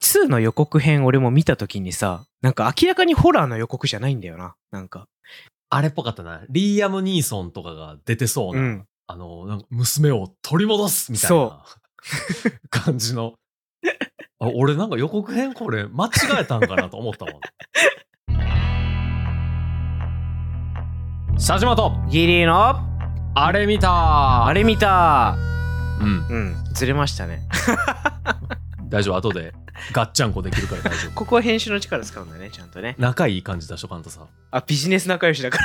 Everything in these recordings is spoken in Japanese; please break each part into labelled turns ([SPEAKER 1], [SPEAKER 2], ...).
[SPEAKER 1] 2の予告編俺も見た時にさ、なんか明らかにホラーの予告じゃないんだよな。なんか。
[SPEAKER 2] あれっぽかったな。リーアム・ニーソンとかが出てそう
[SPEAKER 1] う
[SPEAKER 2] な、
[SPEAKER 1] ん。
[SPEAKER 2] あの、なんか娘を取り戻すみたいな 感じの。あ俺なんか予告編これ間違えたんかなと思ったもん。佐島と、
[SPEAKER 1] ギリーの
[SPEAKER 2] あれ見た
[SPEAKER 1] あれ見た
[SPEAKER 2] うん、
[SPEAKER 1] うん。ずれましたね。
[SPEAKER 2] 大丈夫。後でガッチャンコできるから大丈夫。
[SPEAKER 1] ここは編集の力使うんだね、ちゃんとね。
[SPEAKER 2] 仲いい感じだしょ、カン タさん。
[SPEAKER 1] あ、ビジネス仲良しだか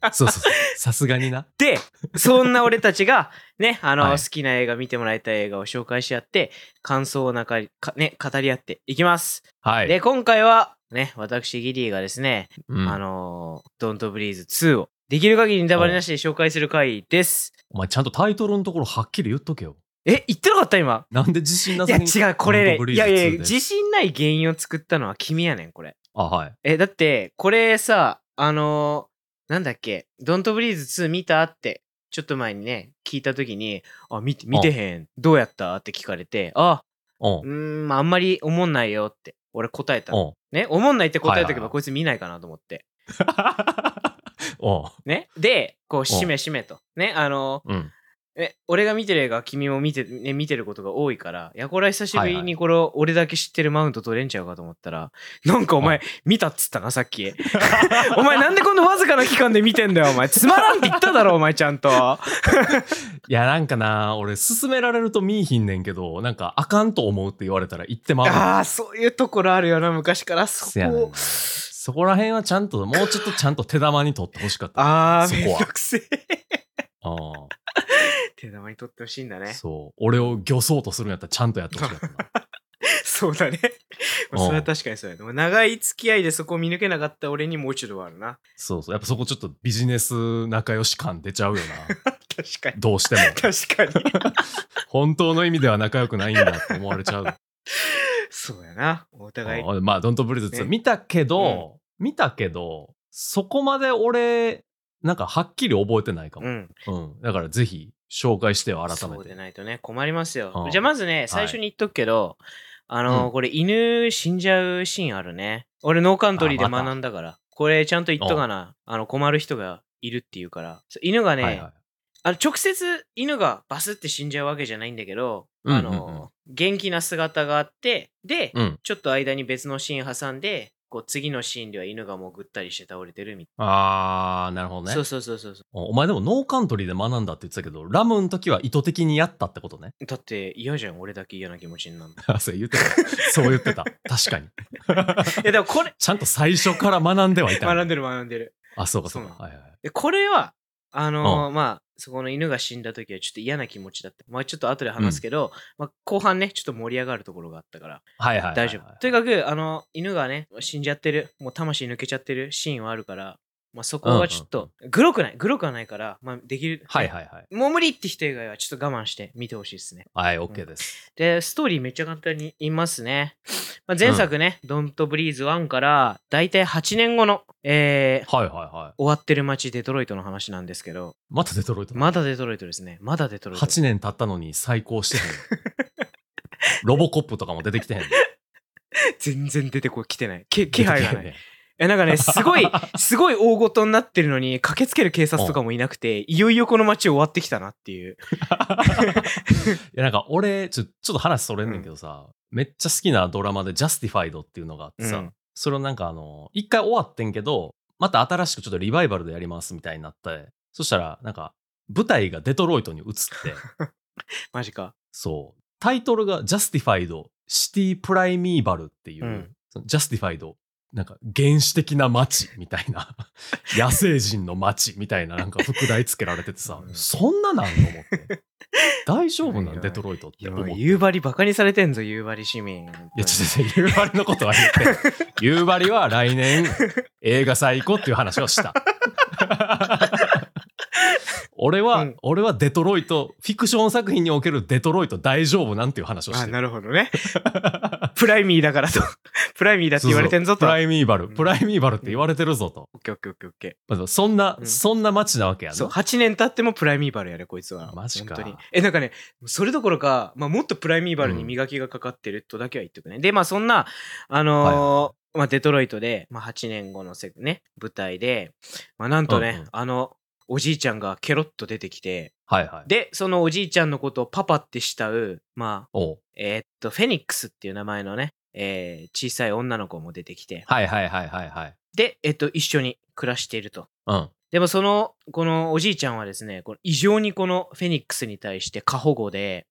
[SPEAKER 1] ら。
[SPEAKER 2] そうそうそう。さすがにな。
[SPEAKER 1] で、そんな俺たちが、ね、あの、
[SPEAKER 2] はい
[SPEAKER 1] 好きな映画、見てもらいたい映画を紹介し合って、感想をなかりか、ね、語り合っていきます。
[SPEAKER 2] はい。
[SPEAKER 1] で、今回は、ね、私、ギリーがですね、
[SPEAKER 2] うん
[SPEAKER 1] あのー、ドントブリーズ2を、できる限りネタバレなしで紹介する回です。
[SPEAKER 2] お前ちゃんとタイトルのところはっきり言っとけよ。
[SPEAKER 1] え、言ってなかった今。
[SPEAKER 2] なんで自信ないさ
[SPEAKER 1] や、
[SPEAKER 2] に
[SPEAKER 1] 違う、これ
[SPEAKER 2] ドントブ
[SPEAKER 1] ね、
[SPEAKER 2] リー
[SPEAKER 1] い
[SPEAKER 2] ズ
[SPEAKER 1] やいや
[SPEAKER 2] 2で
[SPEAKER 1] 自信ない原因を作ったのは君やねん、これ。
[SPEAKER 2] あ、はい。
[SPEAKER 1] え、だって、これさ、あのーなんだっけ、ドントブリーズ2見たって、ちょっと前にね、聞いたときに、あ、見て、見てへん、どうやったって聞かれて、あ、
[SPEAKER 2] うん
[SPEAKER 1] う。ーん、まああんまり思んないよって、俺答えたの。
[SPEAKER 2] うん。
[SPEAKER 1] ね、思んないって答えと
[SPEAKER 2] はい
[SPEAKER 1] け
[SPEAKER 2] はいは
[SPEAKER 1] ば、
[SPEAKER 2] い
[SPEAKER 1] こいつ見ないかなと思って。
[SPEAKER 2] おう
[SPEAKER 1] ね、で、こう、しめしめと。ね、あのー
[SPEAKER 2] うん。
[SPEAKER 1] え俺が見てる映画は君も見て,、ね、見てることが多いから、いや、これは久しぶ
[SPEAKER 2] は
[SPEAKER 1] り
[SPEAKER 2] いは
[SPEAKER 1] にこれを俺だけ知ってるマウント取れんちゃうかと思ったら、なんかお前見たっつったな、さっき。 お前なんでこのわずかな期間で見てんだよ、お前。つまらんって言っただろ、お前ちゃんと。
[SPEAKER 2] いや、なんかな、俺、勧められると見いひんねんけど、なんか、あかんと思うって言われたら言ってまうねん。
[SPEAKER 1] ああ、そういうところあるよな、昔から。そ
[SPEAKER 2] せやねん
[SPEAKER 1] こ
[SPEAKER 2] な。。そこら辺はちゃんと、もうちょっとちゃんと手玉に取ってほしかった。あ
[SPEAKER 1] ああ、
[SPEAKER 2] そ
[SPEAKER 1] めん
[SPEAKER 2] こ
[SPEAKER 1] ど
[SPEAKER 2] は
[SPEAKER 1] くせえ。
[SPEAKER 2] あ
[SPEAKER 1] 手玉に取ってほしいんだ
[SPEAKER 2] ー。
[SPEAKER 1] ね。
[SPEAKER 2] そう。俺を漁そうとするんやったらちゃんとやってほしか ったな。
[SPEAKER 1] そうだね。
[SPEAKER 2] うん
[SPEAKER 1] まあそれは確かにそうやね。もう長い付き合いでそこを見抜けなかった俺にもう一度はあるな。
[SPEAKER 2] そうそう。やっぱそこちょっとビジネス仲良し感出ちゃうよな。
[SPEAKER 1] 確かに。
[SPEAKER 2] どうしても。
[SPEAKER 1] 確 かに。
[SPEAKER 2] 本当の意味では仲良くないんだって思われちゃう。
[SPEAKER 1] そうやな。お互い。
[SPEAKER 2] あまあ、ドントブリーズ
[SPEAKER 1] ね
[SPEAKER 2] 2見たけど、見たけど、そこまで俺、なんかはっきり覚えてないか
[SPEAKER 1] う
[SPEAKER 2] も。
[SPEAKER 1] ん。
[SPEAKER 2] うん。だからぜひ紹介してよ、改め
[SPEAKER 1] そうで
[SPEAKER 2] て。
[SPEAKER 1] ないとね、困りますよ。
[SPEAKER 2] うん
[SPEAKER 1] じゃあまずね、最初に言っとくけど、あのー
[SPEAKER 2] うん
[SPEAKER 1] これ犬死んじゃうシーンあるね。俺ノーカントリーで
[SPEAKER 2] あまた
[SPEAKER 1] 学んだから、これちゃんと言っとかな、あの困る人がいるっていうから。そう犬がね、
[SPEAKER 2] はいはい。
[SPEAKER 1] あの直接犬がバスって死んじゃうわけじゃないんだけど、
[SPEAKER 2] うんうんうん
[SPEAKER 1] あのー元気な姿があって、で、
[SPEAKER 2] うん。
[SPEAKER 1] ちょっと間に別のシーン挟んで、こう次のシーンでは犬がもうぐったりして倒れてるみたい
[SPEAKER 2] あー、なるほど
[SPEAKER 1] な。
[SPEAKER 2] ね
[SPEAKER 1] そう。そうそうそうそ
[SPEAKER 2] おお前でもノーカントリーで学んだって言ってたけど、ラムの時は意図的にやったってことね。
[SPEAKER 1] う。だって嫌じゃん、俺だけ嫌な気持ちになるの。
[SPEAKER 2] あそう 言ってた。そう言ってた。確かに。
[SPEAKER 1] いやでもこ れ、
[SPEAKER 2] ちゃんと最初から学んではいた。
[SPEAKER 1] 学んでる学んでる。
[SPEAKER 2] あ、そうかそうか。
[SPEAKER 1] そう
[SPEAKER 2] はいはい。
[SPEAKER 1] でこれはあのーまあそこの犬が死んだ時はちょっと嫌な気持ちだったまあちょっと後で話すけど、まあ、後半ねちょっと盛り上がるところがあったから
[SPEAKER 2] はいはいはいはい。
[SPEAKER 1] 大丈夫、とにかくあの犬がね死んじゃってるもう魂抜けちゃってるシーンはあるから、まあ、そこはちょっ
[SPEAKER 2] うん
[SPEAKER 1] と、グロくないグロくはないから、まあ、できる、
[SPEAKER 2] はいはいはい。
[SPEAKER 1] もう無理って人以外はちょっと我慢して見てほしいですね
[SPEAKER 2] はい、OK です。
[SPEAKER 1] で、ストーリーめっちゃ簡単に言いますね。まあ、前作ね、ドントブリーズ1から、だいたい8年後の、えー、
[SPEAKER 2] はいはいはい。
[SPEAKER 1] 終わってる街デトロイトの話なんですけど、
[SPEAKER 2] またデトロイト。
[SPEAKER 1] まだデトロイトですね。まだデトロイト。
[SPEAKER 2] 8年経ったのに再興してへん。 ロボコップとかも出てきてへん。
[SPEAKER 1] 全然出てこ来てない。け 気配が
[SPEAKER 2] 出
[SPEAKER 1] な
[SPEAKER 2] てきてへん
[SPEAKER 1] い。
[SPEAKER 2] ね
[SPEAKER 1] え、 なんかね、すごい、すごい大ごとになってるのに、駆けつける警察とかもいなくて、いよいよこの街終わってきたなっていう。
[SPEAKER 2] いやなんか俺ちょ、ちょっと話それんねんけどさ、めっちゃ好きなドラマでジャスティファイドっていうのがあってさ、
[SPEAKER 1] うん
[SPEAKER 2] それをなんかあの、一回終わってんけど、また新しくちょっとリバイバルでやりますみたいになって、そしたらなんか舞台がデトロイトに移って、
[SPEAKER 1] マジか。
[SPEAKER 2] そう、タイトルがジャスティファイドシティプライミーバルっていう、
[SPEAKER 1] うん
[SPEAKER 2] そのジャスティファイドなんか原始的な街みたい な野生人の街みたいななんか副題つけられててさ、
[SPEAKER 1] うん
[SPEAKER 2] そんななんと思 って大丈夫
[SPEAKER 1] いや
[SPEAKER 2] ないん
[SPEAKER 1] や
[SPEAKER 2] デトロイトっ
[SPEAKER 1] い
[SPEAKER 2] て
[SPEAKER 1] や、
[SPEAKER 2] 思って
[SPEAKER 1] 夕張バカにされてんぞ、夕張市民。い
[SPEAKER 2] いや、ちょっと、夕張のことは言って。 夕張は来年、映画最高っていう話 をした。俺は、
[SPEAKER 1] うん
[SPEAKER 2] 俺はデトロイト、フィクション作品におけるデトロイト大丈夫なんていう話をし
[SPEAKER 1] あ、
[SPEAKER 2] てる。
[SPEAKER 1] なるほどね。プライミーだからと。 プライミーだって言われてんぞと。
[SPEAKER 2] プライミーバル、
[SPEAKER 1] うん
[SPEAKER 2] プライミーバルって言われてるぞと。
[SPEAKER 1] オッケーオッケーオッケーオッケ
[SPEAKER 2] まあそんな、
[SPEAKER 1] うん
[SPEAKER 2] そんな街なわけや
[SPEAKER 1] ー。そう、
[SPEAKER 2] な。
[SPEAKER 1] 8年経ってもプライミーバルやれ、こいつは。
[SPEAKER 2] マジか
[SPEAKER 1] 本当に。え、なんかね、それどころか、まあ、もっとプライミーバルに磨きがかかってるとだけは言っておくね。で、まあ、そんな、あのーまあ、デトロイトで、まあ、8年後のせ、ね、舞台で、まあ、なんとね、
[SPEAKER 2] うんうん
[SPEAKER 1] あの、おじいちゃんがケロッと出てきて、
[SPEAKER 2] はいはい。
[SPEAKER 1] で、そのおじいちゃんのことをパパって慕う、まあ、
[SPEAKER 2] おう
[SPEAKER 1] えーっと、フェニックスっていう名前のね、えー小さい女の子も出てきて、
[SPEAKER 2] はいはいはいはいはい。
[SPEAKER 1] で、えっと、一緒に暮らしていると。
[SPEAKER 2] うん。
[SPEAKER 1] でもその、このおじいちゃんはですね、この異常にこのフェニックスに対して過保護で、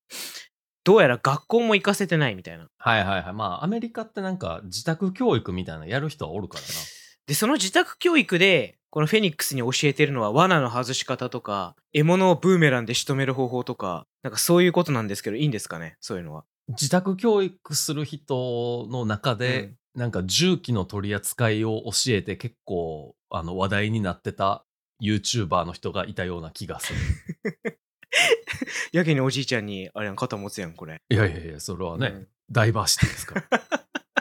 [SPEAKER 1] どうやら学校も行かせてないみたいな。
[SPEAKER 2] はいはいはい。まあ、アメリカってなんか自宅教育みたいなのやる人はおるからな。
[SPEAKER 1] で、その自宅教育で、このフェニックスに教えてるのは罠の外し方とか、獲物をブーメランで仕留める方法とか、なんかそういうことなんですけど、いいんですかねそういうのは。
[SPEAKER 2] 自宅教育する人の中で、なんか銃器の取り扱いを教えて結構あの話題になってた YouTuber の人がいたような気がする
[SPEAKER 1] やけにおじいちゃんに、あれやん、肩持つやん、これ。
[SPEAKER 2] いやいやいやそれはね、
[SPEAKER 1] うん
[SPEAKER 2] ダイバーシティですから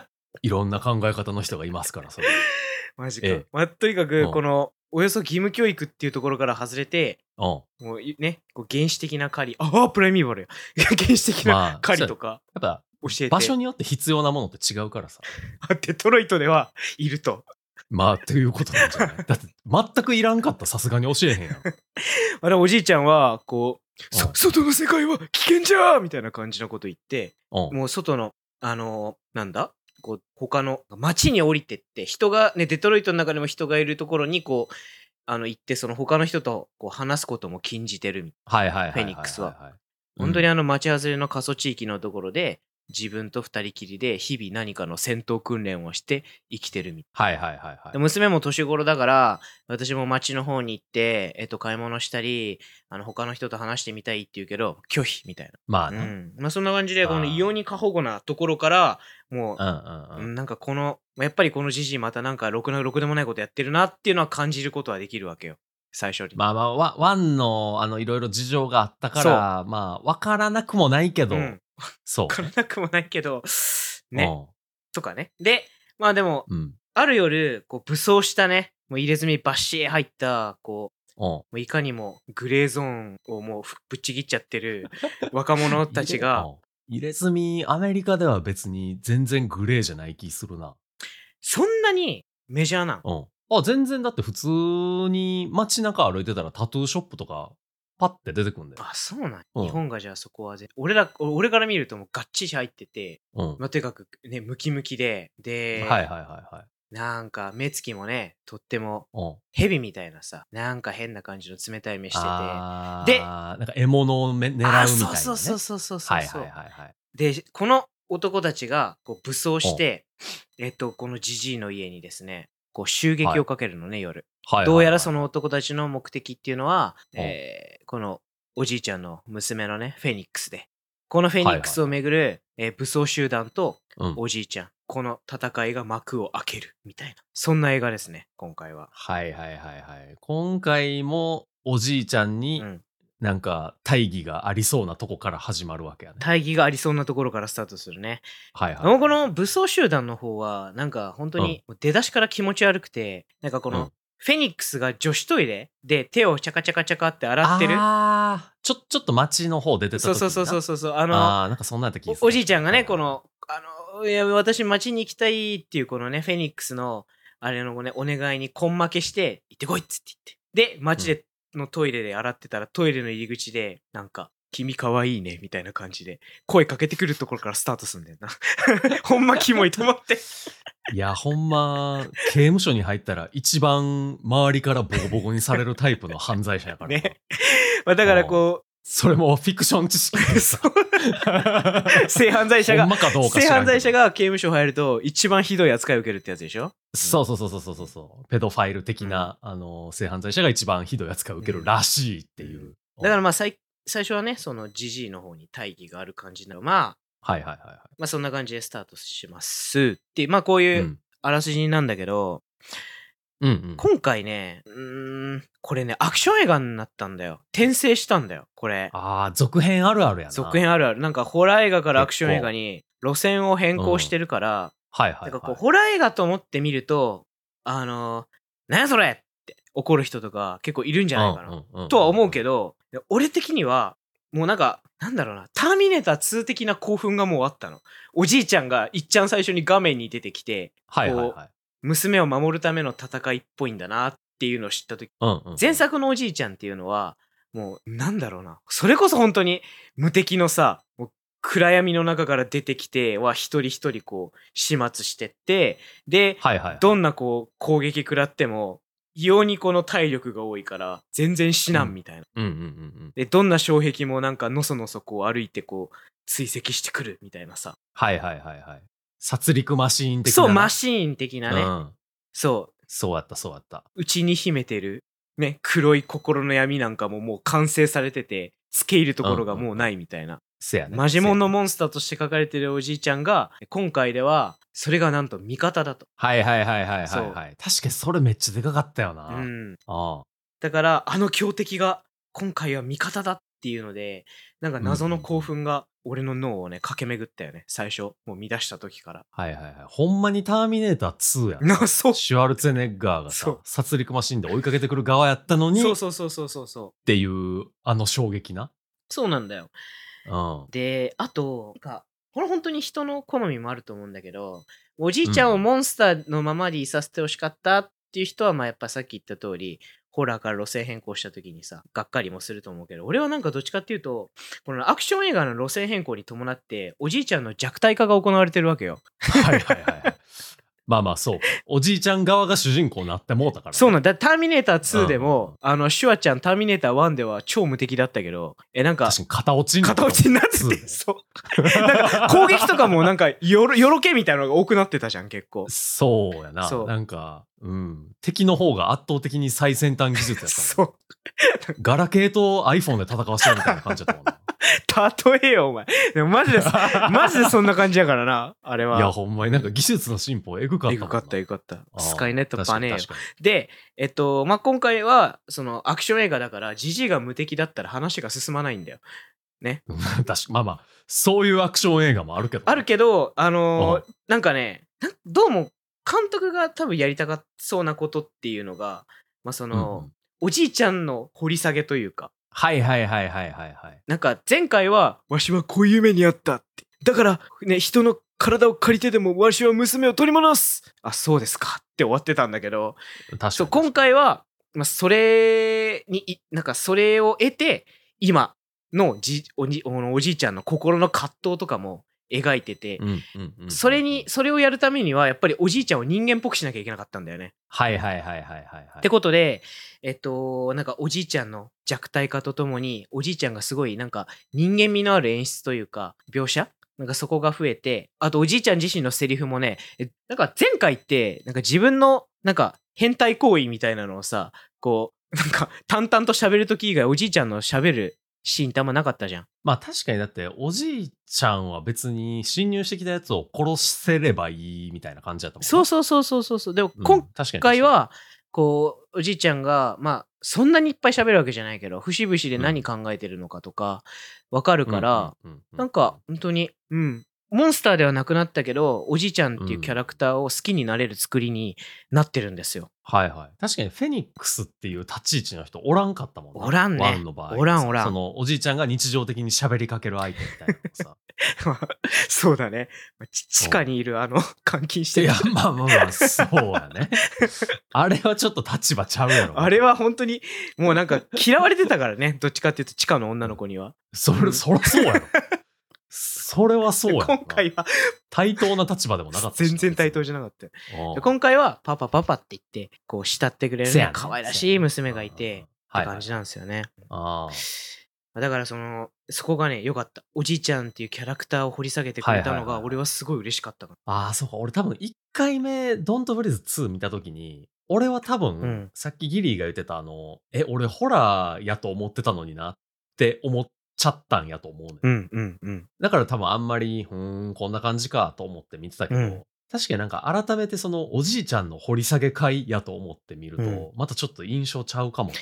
[SPEAKER 2] いろんな考え方の人がいますからそれ
[SPEAKER 1] マジか。
[SPEAKER 2] ええ
[SPEAKER 1] まあ、とにか
[SPEAKER 2] う
[SPEAKER 1] く、
[SPEAKER 2] ん
[SPEAKER 1] この、およそ義務教育っていうところから外れて、
[SPEAKER 2] うん
[SPEAKER 1] もういね、こう原始的な狩り、ああ、プライミーバルや。 原始的
[SPEAKER 2] まあ
[SPEAKER 1] な狩りとか
[SPEAKER 2] やっぱ
[SPEAKER 1] 教えて、
[SPEAKER 2] 場所によって必要なものって違うか らさ
[SPEAKER 1] あデトロイトではいると。
[SPEAKER 2] まあっていうことなんじゃないだって全くいらんかったらさすがに教えへんやん
[SPEAKER 1] あれ、おじいちゃんは、こう、
[SPEAKER 2] うん
[SPEAKER 1] そ外の世界は危険じゃーみたいな感じのこと言って、
[SPEAKER 2] うん
[SPEAKER 1] もう外の、あのーなんだこう、他の、街に降りてって、人が、ね、デトロイトの中でも人がいるところに、こう、あの、行って、その他の人と、こう、話すことも禁じてるみたいな
[SPEAKER 2] はいはいはいは
[SPEAKER 1] フ
[SPEAKER 2] いはいはい
[SPEAKER 1] ェニックスは本当にあの町外れの過疎地域のところで自分と二人きりで日々何かの戦闘訓練をして生きてるみた
[SPEAKER 2] はいはいはいはい
[SPEAKER 1] いで娘も年頃だから私も町の方に行って、えっと、買い物したりあの他の人と話してみたいって言うけど拒否みたい
[SPEAKER 2] まあ
[SPEAKER 1] な、う
[SPEAKER 2] ね、
[SPEAKER 1] んまあ、そんな感じで
[SPEAKER 2] あー
[SPEAKER 1] この異様に過保護なところからも
[SPEAKER 2] うん、うん
[SPEAKER 1] う、
[SPEAKER 2] うん
[SPEAKER 1] うんなんかこのまあやっぱりこのじじいまたなんかろくなろくでもないことやってるなっていうのは感じることはできるわけよ最初に、
[SPEAKER 2] まあまあ、ワワンの、あの、いろいろ事情があったから、まあ、わからなくもないけど、
[SPEAKER 1] うん、
[SPEAKER 2] そ
[SPEAKER 1] わ
[SPEAKER 2] う
[SPEAKER 1] か
[SPEAKER 2] ね。
[SPEAKER 1] らなくもないけどね、とかねでまあでも
[SPEAKER 2] うん。うん。
[SPEAKER 1] ある夜、こう武装したね、もう入れ墨バッシー入った、こ
[SPEAKER 2] う
[SPEAKER 1] う、
[SPEAKER 2] ん
[SPEAKER 1] もういかにもグレーゾーンをもうふぶっちぎっちゃって る若者たちが、、
[SPEAKER 2] 入れ墨、アメリカでは別に全然グレーじゃない気するな。
[SPEAKER 1] そんなにメジャーなん。
[SPEAKER 2] うん。あ、全然だって普通に街中歩いてたらタトゥーショップとか、パッて出てくんだよ。
[SPEAKER 1] あ、そうなんや。
[SPEAKER 2] うん
[SPEAKER 1] 日本がじゃあそこはぜ、俺ら、俺俺から見るともうがっちり入ってて、
[SPEAKER 2] うん。
[SPEAKER 1] まあ、とにかくね、ムキムキで、で、
[SPEAKER 2] はいはいはいはい。
[SPEAKER 1] なんか目つきもね、とっても
[SPEAKER 2] うん。
[SPEAKER 1] 蛇みたいなさ、なんか変な感じの冷たい目してて、あ
[SPEAKER 2] あー
[SPEAKER 1] で
[SPEAKER 2] なんか獲物をめ狙うみたいな、ね。
[SPEAKER 1] そうそうそうそうそうそう。
[SPEAKER 2] はいはいはいはい。
[SPEAKER 1] でこの男たちがこう武装して、えっと、このジジイの家にですねこう襲撃をかけるのね、夜
[SPEAKER 2] はいはいはい
[SPEAKER 1] どうやらその男たちの目的っていうのは、
[SPEAKER 2] うん
[SPEAKER 1] えーこのおじいちゃんの娘のねフェニックスでこのフェニックスをめぐる、えー武装集団と
[SPEAKER 2] うん
[SPEAKER 1] おじいちゃんこの戦いが幕を開けるみたいなそんな映画ですね今回は、
[SPEAKER 2] はいはいはいはい。今回もおじいちゃん
[SPEAKER 1] う
[SPEAKER 2] に
[SPEAKER 1] ん、
[SPEAKER 2] なんか大義がありそうなとこから始まるわけやね。
[SPEAKER 1] 大義がありそうなところからスタートするね
[SPEAKER 2] はいはい。
[SPEAKER 1] でもこの武装集団の方はなんか本当に出だしから気持ち悪くてなんかこ
[SPEAKER 2] うん
[SPEAKER 1] のフェニックスが女子トイレで手をチャカチャカチャカって洗ってる
[SPEAKER 2] あーちょ、ちょっと街の方出てた時
[SPEAKER 1] そうそうそうそう
[SPEAKER 2] そ
[SPEAKER 1] そうそうあ
[SPEAKER 2] う
[SPEAKER 1] の
[SPEAKER 2] あーなんかそんな時
[SPEAKER 1] おおじいちゃんがねこ、のあのいや私町に行きたいっていうこのねフェニックスのあれのねお願いに根負けして行ってこいっつって言ってで町でのトイレで洗ってたらトイレの入り口でなんか君かわいいねみたいな感じで声かけてくるところからスタートすんだよな ほんまキモいと思って
[SPEAKER 2] いや、ほんま、刑務所に入ったら一番周りからボコボコにされるタイプの犯罪者やからな。
[SPEAKER 1] ねまあだからこ
[SPEAKER 2] それもフィクション 知識
[SPEAKER 1] う、
[SPEAKER 2] で
[SPEAKER 1] そ
[SPEAKER 2] さ。
[SPEAKER 1] う性犯罪者
[SPEAKER 2] ほん
[SPEAKER 1] が、
[SPEAKER 2] まかどうか知
[SPEAKER 1] 性
[SPEAKER 2] らん
[SPEAKER 1] 犯
[SPEAKER 2] けど
[SPEAKER 1] 罪者が刑務所入ると一番ひどい扱いを受けるってやつでしょ
[SPEAKER 2] そうそうそうそうそうそうそうペドファイル的な、あの性犯罪者が一番ひどい扱いを受けるらしいっていう、
[SPEAKER 1] うんだからまあ最最初はね、そのジジイの方に大義がある感じなのまあ、
[SPEAKER 2] はいはいはいはい
[SPEAKER 1] まあそんな感じでスタートしますっていう、まあこういううんあらすじなんだけど、
[SPEAKER 2] うんうん
[SPEAKER 1] 今回ね、うーん、これね、アクション映画になったんだよ。転生したんだよ、これ。
[SPEAKER 2] ああ続編あるあるやな
[SPEAKER 1] 続編あるある。なんかホラー映画からアクション映画に路線を変更してるから、
[SPEAKER 2] はいは
[SPEAKER 1] ないんかこう、
[SPEAKER 2] はい。
[SPEAKER 1] ホラー映画と思って見ると、あのー、なんやそれって怒る人とか結構いるんじゃないかな。
[SPEAKER 2] な
[SPEAKER 1] とは思うけ
[SPEAKER 2] ど。
[SPEAKER 1] ど、俺的には、もうなんか、なんだろうな、ターミネーター2的な興奮がもうあったの。おじいちゃんがいっちゃん最初に画面に出てきて、
[SPEAKER 2] はいはいはい。
[SPEAKER 1] 娘を守るための戦いっぽいんだなっていうのを知った時
[SPEAKER 2] うんうん
[SPEAKER 1] 前作のおじいちゃんっていうのはもうなんだろうなそれこそ本当に無敵のさもう暗闇の中から出てきては一人一人こう始末してってで
[SPEAKER 2] はいはいはい。
[SPEAKER 1] どんなこう攻撃食らっても異様にこの体力が多いから全然死なんみたいな、
[SPEAKER 2] うんうんうんうん。
[SPEAKER 1] でどんな障壁もなんかのそのそこう歩いてこう追跡してくるみたいなさ
[SPEAKER 2] はいはいはいはい。殺戮マシーン的な。
[SPEAKER 1] そうマ
[SPEAKER 2] シ
[SPEAKER 1] シーン的なね、
[SPEAKER 2] うん。
[SPEAKER 1] そう
[SPEAKER 2] そうやったそうやった。
[SPEAKER 1] 内に秘めてる、ね、黒い心の闇なんかももう完成されてて、付け入るところがもうないみたいな。
[SPEAKER 2] せやね。
[SPEAKER 1] マジモンのモンスターとして書かれてるおじいちゃんが、今回では、それがなんと味方だと。
[SPEAKER 2] はいはいはいはいは
[SPEAKER 1] そ
[SPEAKER 2] い、
[SPEAKER 1] う
[SPEAKER 2] はい。確かにそれめっちゃでかかったよな。
[SPEAKER 1] うん。
[SPEAKER 2] あ
[SPEAKER 1] だから、あの強敵が、今回は味方だっていうので、なんか謎の興奮が、俺の脳をね、駆け巡ったよね。最初、もう見出した時 から。
[SPEAKER 2] あ。はいはいはい。ほんまにターミネーター2やん。
[SPEAKER 1] な、そう。
[SPEAKER 2] シュワルツェネッガーが
[SPEAKER 1] そ
[SPEAKER 2] さ
[SPEAKER 1] う、
[SPEAKER 2] 殺戮マシンで追いかけてくる側やったのに、
[SPEAKER 1] そう
[SPEAKER 2] っ
[SPEAKER 1] そうそうそうそうそう。
[SPEAKER 2] ていう、あの衝撃な。
[SPEAKER 1] そうなんだよ。
[SPEAKER 2] うん。は
[SPEAKER 1] であとがこれ本当に人の好みもあると思うんだけどおじいちゃんをモンスターのままでいさせてほしかったっていう人はまあやっぱさっき言った通りホラーから路線変更した時にさがっかりもすると思うけど俺はなんかどっちかっていうとこのアクション映画の路線変更に伴っておじいちゃんの弱体化が行われてるわけよ
[SPEAKER 2] いはいはいはい。まあまあそう。おじいちゃん側が主人公になってもうたから、
[SPEAKER 1] そう
[SPEAKER 2] な
[SPEAKER 1] なんだターミネーター2で
[SPEAKER 2] うん
[SPEAKER 1] もあのシュワちゃんターミネーター1では超無敵だったけどえなんか
[SPEAKER 2] 確かに片落ちになった
[SPEAKER 1] 片落ちになって
[SPEAKER 2] そうね
[SPEAKER 1] てそうなんか 攻撃とかもなんかよろよろけみたいなのが多くなってたじゃん結構
[SPEAKER 2] そうやな。
[SPEAKER 1] そう
[SPEAKER 2] なんか、うん。敵の方が圧倒的に最先端技術やったもん。
[SPEAKER 1] そう。
[SPEAKER 2] ガラケーと iPhone で戦わせたみたいな感じだった
[SPEAKER 1] 例えよ、お前。でもマジで、
[SPEAKER 2] もん な。
[SPEAKER 1] マジでそんな感じやからな、あれは。
[SPEAKER 2] いや、ほんまになんか技術の進歩エグかった
[SPEAKER 1] え
[SPEAKER 2] もんな。
[SPEAKER 1] ぐかった、えぐかった。
[SPEAKER 2] あー
[SPEAKER 1] スカイネットバネよ。
[SPEAKER 2] 確かに
[SPEAKER 1] で、えっと、まあ、今回は、その、アクション映画だから、ジジイが無敵だったら話が進まないんだよ。
[SPEAKER 2] 確かに確かまあまあ、そういうアクション映画もあるけど。
[SPEAKER 1] あるけど、あのーなんかね、なんどうも、監督が多分やりたがそうなことっていうのが、まあ、そ
[SPEAKER 2] うんうん
[SPEAKER 1] の、おじいちゃんの掘り下げというか、
[SPEAKER 2] はいはいはいはいはいはい。
[SPEAKER 1] なんか前回は、わしはこういう目にあったって。だから、ね、人の体を借りてでも、わしは娘を取り戻すあ、そうですかって終わってたんだけど、
[SPEAKER 2] 確かに。
[SPEAKER 1] そう、今回は、まあ、それに、いなんかそれを得て、今のじおじおおじいちゃんの心の葛藤とかも描いてて、
[SPEAKER 2] うんうんうん
[SPEAKER 1] それに、、それをやるためには、やっぱりおじいちゃんを人間っぽくしなきゃいけなかったんだよね。
[SPEAKER 2] はいはいはいはいはいはい。
[SPEAKER 1] ってことで、えっと、なんかおじいちゃんの弱体化とともに、おじいちゃんがすごいなんか人間味のある演出というか、描写なんかそこが増えて、あとおじいちゃん自身のセリフもね、えなんか前回って、なんか自分のなんか変態行為みたいなのをさ、こう、なんか淡々と喋るとき以外、おじいちゃんの喋るシーンってあんまなかったじゃん。
[SPEAKER 2] まあ確かにだって、おじいちゃんは別に侵入してきたやつを殺せればいいみたいな感じだったもんな
[SPEAKER 1] そうそうそうそうそうそう。でも
[SPEAKER 2] うん
[SPEAKER 1] 今
[SPEAKER 2] 確かに
[SPEAKER 1] 今回はこうおじいちゃんがまあそんなにいっぱい喋るわけじゃないけど節々で何考えてるのかとかわかるか
[SPEAKER 2] 確かに
[SPEAKER 1] ら、、
[SPEAKER 2] ううう
[SPEAKER 1] なんか、本当にうんモンスターではなくなったけどおじいちゃんっていうキャラクターを好きになれる作りになってるんですよ。
[SPEAKER 2] はいはい。確かにフェニックスっていう立ち位置の人おらんかったもんな
[SPEAKER 1] おらんね
[SPEAKER 2] ワンの場合。
[SPEAKER 1] おらんおらん
[SPEAKER 2] そのおじいちゃんが日常的に喋りかける相手みたいなのさ。
[SPEAKER 1] そうだねち地下にいるあの 監禁し
[SPEAKER 2] い
[SPEAKER 1] てる
[SPEAKER 2] や、まあまあまあ、そうやね。あれはちょっと立場ちゃうやろ。
[SPEAKER 1] あれは本当にもうなんか嫌われてたからねどっちかっていうと地下の女の子には。
[SPEAKER 2] それ、そらそうやろ。それはそうやろな。
[SPEAKER 1] 今回は
[SPEAKER 2] 対等な立場でもなかったしな。
[SPEAKER 1] 全然対等じゃなかったよで
[SPEAKER 2] ゃ
[SPEAKER 1] 今回はパパパパって言ってこう慕ってくれる
[SPEAKER 2] せや
[SPEAKER 1] ね
[SPEAKER 2] ね
[SPEAKER 1] 可愛らしい娘がいてっ、
[SPEAKER 2] は
[SPEAKER 1] て
[SPEAKER 2] いはい
[SPEAKER 1] 感じなんですよね、
[SPEAKER 2] ああ
[SPEAKER 1] だからそのそこがね良かったおじいちゃんっていうキャラクターを掘り下げてくれた
[SPEAKER 2] はい
[SPEAKER 1] の
[SPEAKER 2] はいはいは
[SPEAKER 1] が
[SPEAKER 2] い
[SPEAKER 1] 俺はすごい嬉しかったか
[SPEAKER 2] ああ、そうか。俺多分1回目、ドントブリーズ2見たときに、俺は多分、
[SPEAKER 1] うん
[SPEAKER 2] さっきギリーが言ってたあの、え、俺ホラーやと思ってたのになって思っちゃったんやと思うね、
[SPEAKER 1] らうんうんうん
[SPEAKER 2] だから多分あんまり、ふーん、こんな感じかと思って見てたけど、
[SPEAKER 1] うん
[SPEAKER 2] 確かになんか改めてそのおじいちゃんの掘り下げ会やと思ってみると、
[SPEAKER 1] うん
[SPEAKER 2] またちょっと印象ちゃうかも。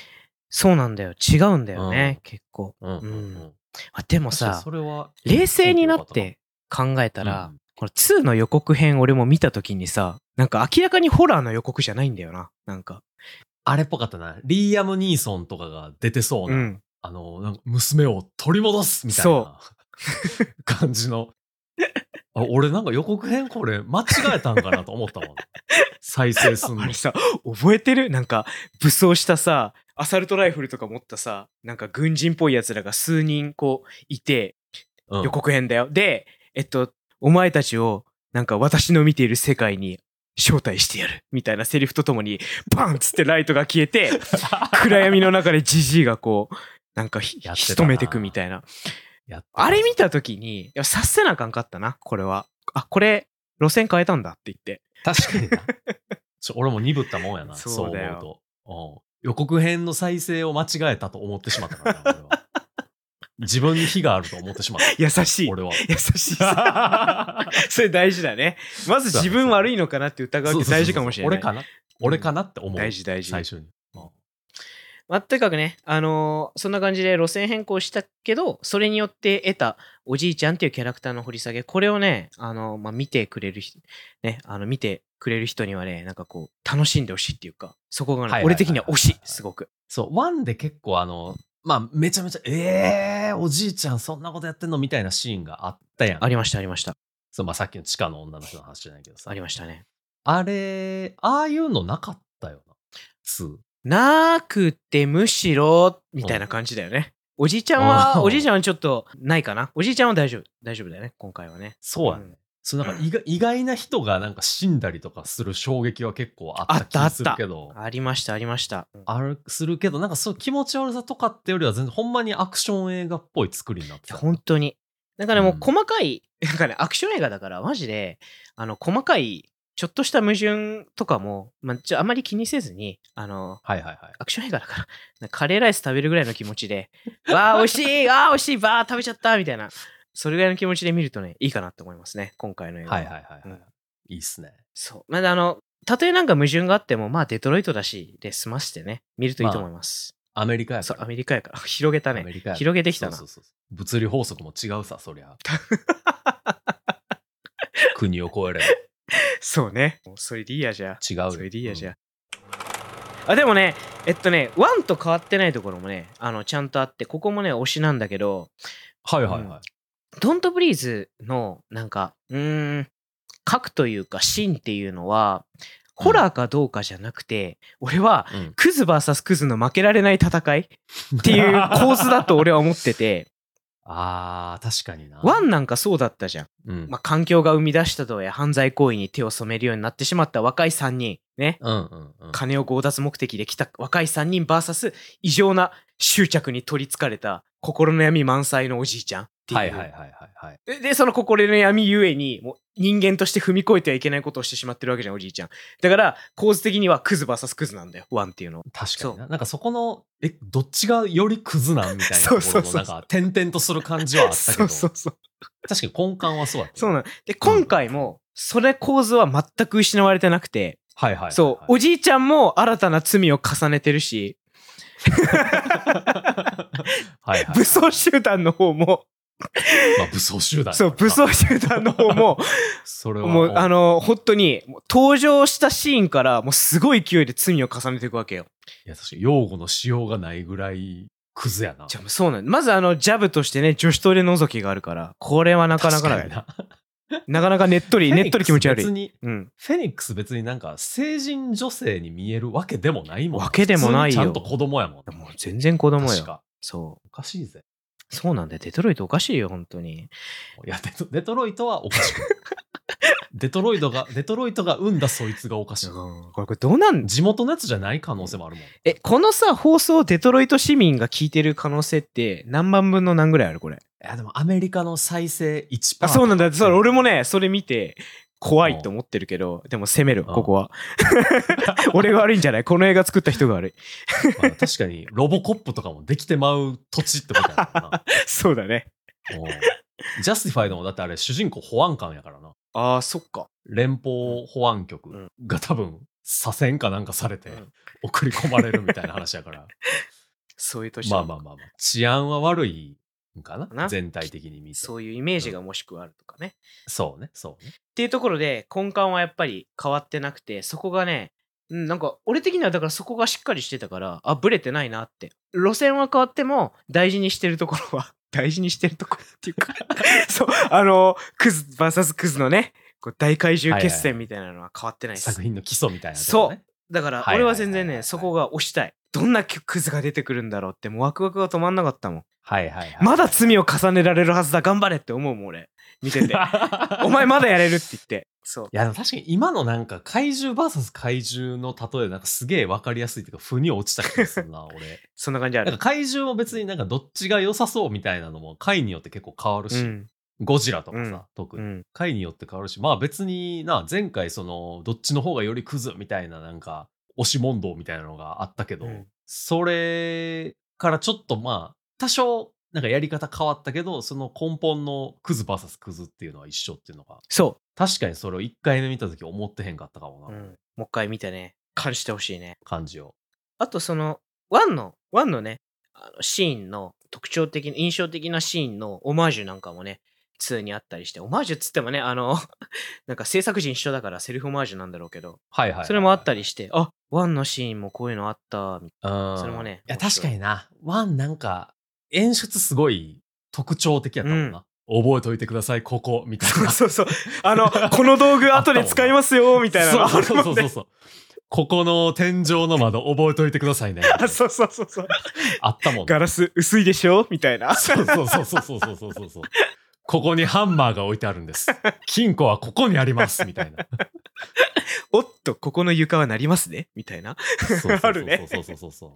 [SPEAKER 1] そうなんだよ違うんだよね、
[SPEAKER 2] う
[SPEAKER 1] 結構
[SPEAKER 2] うんうんうん。
[SPEAKER 1] あでも
[SPEAKER 2] 確かに
[SPEAKER 1] さ
[SPEAKER 2] それは、
[SPEAKER 1] 冷静になっ
[SPEAKER 2] 影響
[SPEAKER 1] て考えた
[SPEAKER 2] だ
[SPEAKER 1] ら、この2の予告編俺も見た時にさ、なんか明らかにホラーの予告じゃないんだよな。なんか。
[SPEAKER 2] あれっぽかったな。リーアム・ニーソンとかが出てそうな、
[SPEAKER 1] ん。
[SPEAKER 2] あの、なんか娘を取り戻すみたいな 感じの。あ俺なんか予告編これ間違えたんかなと思ったもん。再生すんの
[SPEAKER 1] あ。れさ、覚えてるなんか、武装したさ、アサルトライフルとか持ったさ、なんか軍人っぽい奴らが数人こういて、
[SPEAKER 2] うん
[SPEAKER 1] 予告編だよ。で、えっと、お前たちを、なんか私の見ている世界に招待してやる。みたいなセリフとともに、バンっつってライトが消え て、暗闇の中でジジイがこう、なんかひ
[SPEAKER 2] やってたな
[SPEAKER 1] ひしとめてくみたいな。
[SPEAKER 2] やった
[SPEAKER 1] あれ見た時に、いや察せなあかんかったな、これは。あ、これ、路線変えたんだって言って。
[SPEAKER 2] 確かにな。ちょ俺も鈍ったもんやな、そう
[SPEAKER 1] そうだよ
[SPEAKER 2] 思うと、うん。予告編の再生を間違えたと思ってしまったからな、俺は。自分に非があると思ってしまっ、
[SPEAKER 1] 優したい。
[SPEAKER 2] 俺は。
[SPEAKER 1] 優し いさ。 それ大事だね。まず自分悪いのかなって疑うって大事かもしれない。
[SPEAKER 2] そうそうそう俺かな俺かなって思う。
[SPEAKER 1] 大事大事
[SPEAKER 2] 最。初に。うん
[SPEAKER 1] まあ、とにかくね、あのーそんな感じで路線変更したけど、それによって得たおじいちゃんっていうキャラクターの掘り下げ、これをね、あのーまあ、見てくれる人、ね、あの、見てくれる人にはね、なんかこう、楽しんでほしいっていうか、そこがね、
[SPEAKER 2] はいはいは
[SPEAKER 1] 俺
[SPEAKER 2] いはい
[SPEAKER 1] 的には推し、すごく。
[SPEAKER 2] そう、ワンで結構あの、まあ、めちゃめちゃ、えー、おじいちゃんそんなことやってんのみたいなシーンがあったやん。
[SPEAKER 1] ありました、ありました。
[SPEAKER 2] そう、まあ、さっきの地下の女の人の話じゃないけどさ。
[SPEAKER 1] ありましたね。
[SPEAKER 2] あれ、ああいうのなかったよな。2。
[SPEAKER 1] なくてむしろ、みたいな感じだよね。おじいちゃん
[SPEAKER 2] う
[SPEAKER 1] は、
[SPEAKER 2] ん
[SPEAKER 1] おじいちゃんはちょっとないかな。おじいちゃんは大丈夫、大丈夫だよね、今回はね。
[SPEAKER 2] そうやね。
[SPEAKER 1] ん
[SPEAKER 2] そうなんか意外意外な人がなんか死んだりとかする衝撃は結構あっ
[SPEAKER 1] あ
[SPEAKER 2] た
[SPEAKER 1] っ
[SPEAKER 2] 気
[SPEAKER 1] た
[SPEAKER 2] がするけど。
[SPEAKER 1] ありました、ありました。
[SPEAKER 2] あるするけどなんかそう気持ち悪さとかってよりは全然ほんまにアクション映画っぽい作りになって
[SPEAKER 1] いや
[SPEAKER 2] た。
[SPEAKER 1] 本当に。なんかね、もう
[SPEAKER 2] うん
[SPEAKER 1] 細かい、なんかね、アクション映画だから、マジで、あの、細かい、ちょっとした矛盾とかも、まあ、ちょあまり気にせずに、あの、
[SPEAKER 2] はいはいはい。
[SPEAKER 1] アクション映画だから、なんかカレーライス食べるぐらいの気持ち で、わあ、美味しい、ああ、美味しい、わあ、食べちゃった、みたいな、それぐらいの気持ちで見るとね、いいかなと思いますね、今回の映画。
[SPEAKER 2] はいはいはい、
[SPEAKER 1] う
[SPEAKER 2] はい
[SPEAKER 1] ん
[SPEAKER 2] いいっすね。
[SPEAKER 1] そう。まだ、あの、たとえなんか矛盾があっても、まあ、デトロイトだし、で済ましてね、見るといいと思います。
[SPEAKER 2] アメリカやか
[SPEAKER 1] そう、
[SPEAKER 2] ら。
[SPEAKER 1] アメリカやから、 広げた
[SPEAKER 2] アメ
[SPEAKER 1] ね。
[SPEAKER 2] リカやから
[SPEAKER 1] 広げてきたな
[SPEAKER 2] そうそうそう物理法則も違うさ、そ りゃ。国を越え
[SPEAKER 1] そうね。もうそれでいいや、じゃあ。
[SPEAKER 2] れば違うよ。
[SPEAKER 1] それでいいやじゃ
[SPEAKER 2] うん
[SPEAKER 1] あ、あでもねえっとね1と変わってないところもねあのちゃんとあってここもね推しなんだけど
[SPEAKER 2] はいはいはい。
[SPEAKER 1] 「ドントブリーズのなんかうーん核というか芯っていうのはホラーかどうかじゃなくて、俺は
[SPEAKER 2] うん
[SPEAKER 1] クズ VS クズの負けられない戦いっていう構図だと俺は思ってて
[SPEAKER 2] あー、確かにな。
[SPEAKER 1] ワンなんかそうだったじゃん、
[SPEAKER 2] うん
[SPEAKER 1] まあ、環境が生み出したとはいえ犯罪行為に手を染めるようになってしまった若い3人ね、
[SPEAKER 2] うんうんうん。
[SPEAKER 1] 金を強奪目的で来た若い3人 VS 異常な執着に取りつかれた心の闇満載のおじいちゃんっていう。
[SPEAKER 2] はいはいはいはいはい。
[SPEAKER 1] ででその心の闇ゆえにもう人間として踏み越えてはいけないことをしてしまってるわけじゃんおじいちゃん。だから構図的にはクズ VS クズなんだよワンっていうのは。
[SPEAKER 2] 確かにな。なんかそこの、え、どっちがよりクズなんみたいなと
[SPEAKER 1] そうそう
[SPEAKER 2] ころの、
[SPEAKER 1] そう
[SPEAKER 2] なんか、点々とする感じはあったけ
[SPEAKER 1] そ
[SPEAKER 2] ど、
[SPEAKER 1] うそうそう。
[SPEAKER 2] 確かに根幹はそうだった。
[SPEAKER 1] そうなんで今回もそれ構図は全く失われてなくて、
[SPEAKER 2] はいはいはいはい。
[SPEAKER 1] そうおじいちゃんも新たな罪を重ねてるし
[SPEAKER 2] はいはい。
[SPEAKER 1] 武装集団の方も
[SPEAKER 2] まあ武装集団。
[SPEAKER 1] そう武装集団の方 も
[SPEAKER 2] それは
[SPEAKER 1] もうあ、の本当にもう登場したシーンからもうすごい勢いで罪を重ねていくわけよ。
[SPEAKER 2] いや、確かに擁護のしようがないぐらい、クズやな。
[SPEAKER 1] じゃあもうそうなんまずあのジャブとしてね女子トイレ覗きがあるからこれはなかなかない
[SPEAKER 2] 確に
[SPEAKER 1] なかなかねっとり
[SPEAKER 2] な
[SPEAKER 1] ねっとり気持ち悪
[SPEAKER 2] フェニ
[SPEAKER 1] い。
[SPEAKER 2] ックス別に、
[SPEAKER 1] うん、
[SPEAKER 2] フェニックス別になんか、成人女性に見えるわけでもないもん。
[SPEAKER 1] わけでもないよ
[SPEAKER 2] 普通にちゃんと子供やもん。
[SPEAKER 1] もう全然子供
[SPEAKER 2] 確
[SPEAKER 1] よ。
[SPEAKER 2] か。
[SPEAKER 1] そ
[SPEAKER 2] おかしいぜ。
[SPEAKER 1] うそうなんだよデトロイトおかしいよ本当に。
[SPEAKER 2] いやデト、デトロイトはおかしくないデトロイトが、デトロイトが生んだそいつがおかしい。
[SPEAKER 1] これこれどうなん
[SPEAKER 2] 地元のやつじゃない可能性もあるもん。
[SPEAKER 1] えこのさ放送をデトロイト市民が聞いてる可能性って何万分の何ぐらいあるこれ。
[SPEAKER 2] いや、でもアメリカの再生1%。
[SPEAKER 1] あそうなんだそう俺もねそれ見て怖いと思ってるけどでも攻める
[SPEAKER 2] うん
[SPEAKER 1] ここ は俺が悪いんじゃないこの映画作った人が悪い
[SPEAKER 2] まあ確かに、ロボコップとかもできてまう土地ってことやからな。
[SPEAKER 1] そうだね
[SPEAKER 2] うんジャスティファイドもだってあれ主人公保安官やからな。
[SPEAKER 1] あーそっか
[SPEAKER 2] 連邦保安局
[SPEAKER 1] うん
[SPEAKER 2] が多分左遷かなんかされて
[SPEAKER 1] うん
[SPEAKER 2] 送り込まれるみたいな話やから。
[SPEAKER 1] そういう年
[SPEAKER 2] まあまあまあまあ。治安は悪いかな
[SPEAKER 1] かな
[SPEAKER 2] 全体的に見て
[SPEAKER 1] そういうイメージがもしくはあるとかね。
[SPEAKER 2] そうねそうね
[SPEAKER 1] っていうところで根幹はやっぱり変わってなくてそこがねうんなんか俺的にはだからそこがしっかりしてたからあブレてないなって路線は変わっても大事にしてるところは 大事にしてるところっていうか そうあのクズ VS クズのねこう大怪獣決戦みたいなのは変わってないです、
[SPEAKER 2] 作品の基礎みたいなとこね
[SPEAKER 1] だから
[SPEAKER 2] はいはい
[SPEAKER 1] 俺
[SPEAKER 2] はいはい
[SPEAKER 1] は全然ねそこが推したいどんなクズが出てくるんだろうってもうワクワクが止まんなかったもん
[SPEAKER 2] はいはいはい
[SPEAKER 1] まだ罪を重ねられるはずだ頑張れって思うもん俺見て てお前まだやれるって言ってそう
[SPEAKER 2] いやでも確かに今のなんか怪獣 VS 怪獣の例えなんかすげえ分かりやすいっていうか腑に落ちた気がするな 俺
[SPEAKER 1] そんな感じあ
[SPEAKER 2] なん
[SPEAKER 1] る
[SPEAKER 2] か怪獣も別になんかどっちが良さそうみたいなのも回によって結構変わるし、
[SPEAKER 1] うん
[SPEAKER 2] ゴジラとかさ、
[SPEAKER 1] うん
[SPEAKER 2] 特
[SPEAKER 1] う
[SPEAKER 2] に
[SPEAKER 1] ん
[SPEAKER 2] 回によって変わるしまあ別にな前回そのどっちの方がよりクズみたいななんか押し問答みたいなのがあったけど、
[SPEAKER 1] うん
[SPEAKER 2] それからちょっとまあ多少なんかやり方変わったけどその根本のクズ VS クズっていうのは一緒っていうのが
[SPEAKER 1] そ
[SPEAKER 2] 確かにそれを1回目見た時思ってへんかったかも
[SPEAKER 1] う、
[SPEAKER 2] な、
[SPEAKER 1] うん、もう一回見てね感じてほしいね
[SPEAKER 2] 感じを
[SPEAKER 1] あとそのワンのワンのねあのシーンの特徴的な印象的なシーンのオマージュなんかもね2にあったりしてオマージュっつってもねあの なんか制作人一緒だからセルフオマージュなんだろうけど
[SPEAKER 2] はいはい、
[SPEAKER 1] それもあったりしてあワンのシーンもこういうのあったみ
[SPEAKER 2] うん
[SPEAKER 1] それもね
[SPEAKER 2] いや確かになワンなんか演出すごい特徴的やったもんな、覚えといてくださいここみたい
[SPEAKER 1] たいな
[SPEAKER 2] な
[SPEAKER 1] そうそうあのこの道具後で使いますよみたいなのあ
[SPEAKER 2] そう
[SPEAKER 1] る
[SPEAKER 2] そうそ
[SPEAKER 1] もん
[SPEAKER 2] うそう
[SPEAKER 1] ね
[SPEAKER 2] そう。ここの天井の窓覚えといてくださいね。
[SPEAKER 1] あそうそうそうそう
[SPEAKER 2] あったもんね。
[SPEAKER 1] ガラス薄いでしょみたいな
[SPEAKER 2] そうそうそうそうそうそうそうそう。ここにハンマーが置いてあるんです。金庫はここにありますみたいな。
[SPEAKER 1] おっとここの床はなりますねみたいな
[SPEAKER 2] そう
[SPEAKER 1] あるね
[SPEAKER 2] そうそうそうそうそう。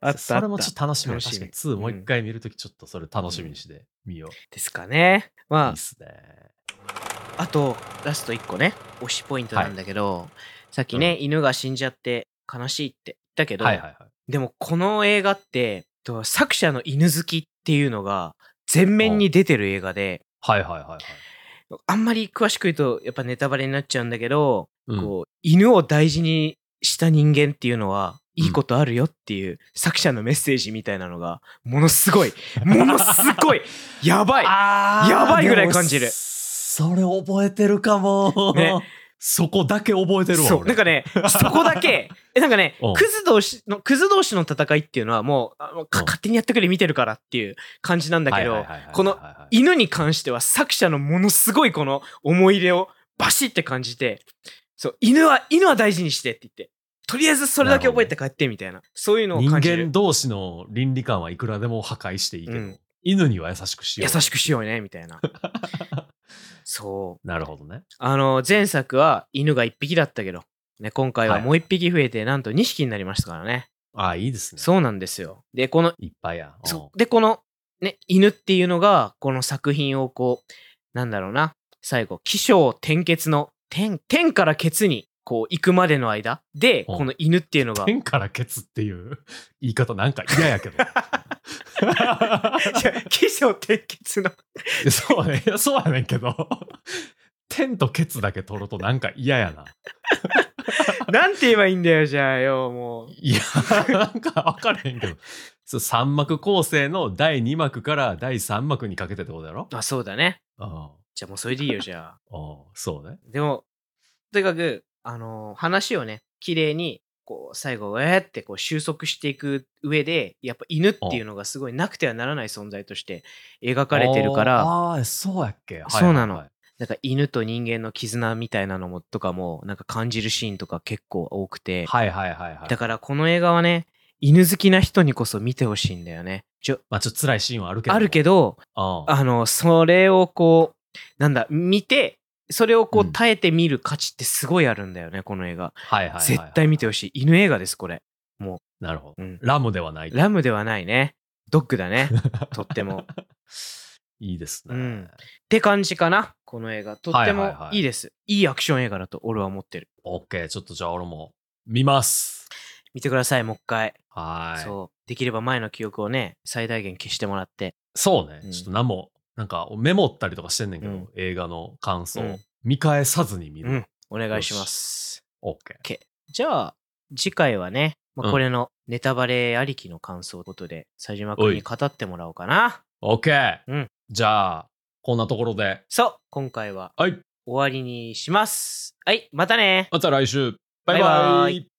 [SPEAKER 1] あった
[SPEAKER 2] それもちょっと楽しみだ。
[SPEAKER 1] 楽しみ
[SPEAKER 2] 確かに2もう一回見るときちょっとそれ楽しみにしてみよう。
[SPEAKER 1] ですかね。
[SPEAKER 2] いい
[SPEAKER 1] ま
[SPEAKER 2] っすね。
[SPEAKER 1] あ、あと、ラスト1個ね、推しポイントなんだけど、さっきね、犬が死んじゃって悲しいって言ったけど、
[SPEAKER 2] はいはいはい。
[SPEAKER 1] でもこの映画って、と作者の犬好きっていうのが全面に出てる映画で、
[SPEAKER 2] はいはいはいはい。
[SPEAKER 1] あんまり詳しく言うとやっぱネタバレになっちゃうんだけど、
[SPEAKER 2] うん、
[SPEAKER 1] こう犬を大事にした人間っていうのはいいことあるよっていう作者のメッセージみたいなのがものすごい、ものすごい、やばい
[SPEAKER 2] あー
[SPEAKER 1] やばいぐらい感じる
[SPEAKER 2] でもそれ覚えてるかも。
[SPEAKER 1] ね
[SPEAKER 2] そこだけ覚えてるわ。
[SPEAKER 1] そう
[SPEAKER 2] 俺
[SPEAKER 1] なんかねそこだ けえなんかね
[SPEAKER 2] うん
[SPEAKER 1] クズ同士のクズ同士の戦いっていうのはもうあのか
[SPEAKER 2] うん
[SPEAKER 1] 勝手にやってくれ見てるからっていう感じなんだけ
[SPEAKER 2] は
[SPEAKER 1] ど
[SPEAKER 2] いはいはいはいはい
[SPEAKER 1] この犬に関しては作者のものすごいこの思い入れをバシッて感じてそう犬は犬は大事にしてって言ってとりあえずそれだけ覚えて帰ってみたいなそういうのを
[SPEAKER 2] 人
[SPEAKER 1] 感じる
[SPEAKER 2] 間同士の倫理観はいくらでも破壊していいけど、
[SPEAKER 1] うん
[SPEAKER 2] 犬には優しくしよ
[SPEAKER 1] 優
[SPEAKER 2] う
[SPEAKER 1] しくしようねみたい なそう
[SPEAKER 2] なるほどね
[SPEAKER 1] あの前作は犬が1匹だったけど、ね、今回はもう1匹増えてなんと2匹になりましたからね
[SPEAKER 2] ああいいですね
[SPEAKER 1] そうなんですよ。で、この、
[SPEAKER 2] いっぱいやうん
[SPEAKER 1] そうで、この、ね、犬っていうのが、この作品をこう、なんだろうな、最後、起承転結の、天、天からケツに、こう、行くまでの間で、
[SPEAKER 2] うん
[SPEAKER 1] この犬っていうのが、い
[SPEAKER 2] 天からケツっていう言い方なんか嫌や けど
[SPEAKER 1] や 起承転結の、
[SPEAKER 2] そうねそうやねんけど天とケツだけ取るとなんか嫌やな
[SPEAKER 1] なんて言えばいいんだよ、じゃあよ、もう。
[SPEAKER 2] いやなんか分からへんけどそう3幕構成の第2幕から第3幕にかけてってことやろ
[SPEAKER 1] あ、そうだね。
[SPEAKER 2] うん
[SPEAKER 1] じゃあもうそれでいいよ、じゃあ。
[SPEAKER 2] うんそうね
[SPEAKER 1] でも、とにかく、あのー話をね、綺麗に、こう、最後、えーってこう収束していく上で、やっぱ犬っていうのがすごいなくてはならない存在として描かれてるから、
[SPEAKER 2] ああーそうやっけ、はいはいはい
[SPEAKER 1] そうなのなんか犬と人間の絆みたいなのもとかも、なんか感じるシーンとか結構多くて、
[SPEAKER 2] はいはいはいはい
[SPEAKER 1] だからこの映画はね、犬好きな人にこそ見てほしいんだよね。ちょ
[SPEAKER 2] まあちょっと辛いシーンはあるけど。
[SPEAKER 1] あるけど、
[SPEAKER 2] ど。うん、
[SPEAKER 1] あの、それをこう、なんだ、見て、それをこ
[SPEAKER 2] うん
[SPEAKER 1] う耐えてみる価値ってすごいあるんだよね、この映画。
[SPEAKER 2] はいはいはいはい
[SPEAKER 1] 絶対見てほしい。犬映画です、これ。
[SPEAKER 2] なるほど。
[SPEAKER 1] うん
[SPEAKER 2] ラムではない。
[SPEAKER 1] ラムではないね。ドッグだ ね。とっても。っ
[SPEAKER 2] いいですね。
[SPEAKER 1] うんて感じかな、この映画。とってもいいです。いいアクション映画だと俺は思ってる。
[SPEAKER 2] オッケー、ちょっとじゃあ俺も見ます。
[SPEAKER 1] 見てください、もう一回。
[SPEAKER 2] はーい。そう
[SPEAKER 1] そう。できれば前の記憶をね、最大限消してもらって。
[SPEAKER 2] ね、
[SPEAKER 1] うん
[SPEAKER 2] ちょっと何も、なんかメモったりとかしてんねんけど、
[SPEAKER 1] うん
[SPEAKER 2] 映画の感想、
[SPEAKER 1] うん
[SPEAKER 2] 見返さずに見る。
[SPEAKER 1] うん。お願いします。
[SPEAKER 2] オッケー。
[SPEAKER 1] じゃあ、次回はね、ま
[SPEAKER 2] う
[SPEAKER 1] あ、
[SPEAKER 2] ん
[SPEAKER 1] これのネタバレありきの感想ということで、佐島君に語ってもらおうかな。
[SPEAKER 2] OK、
[SPEAKER 1] うん
[SPEAKER 2] じゃあこんなところで
[SPEAKER 1] そう、今回は
[SPEAKER 2] はい
[SPEAKER 1] 終わりにします。はい、またね
[SPEAKER 2] また来週バイバイ
[SPEAKER 1] バイバイ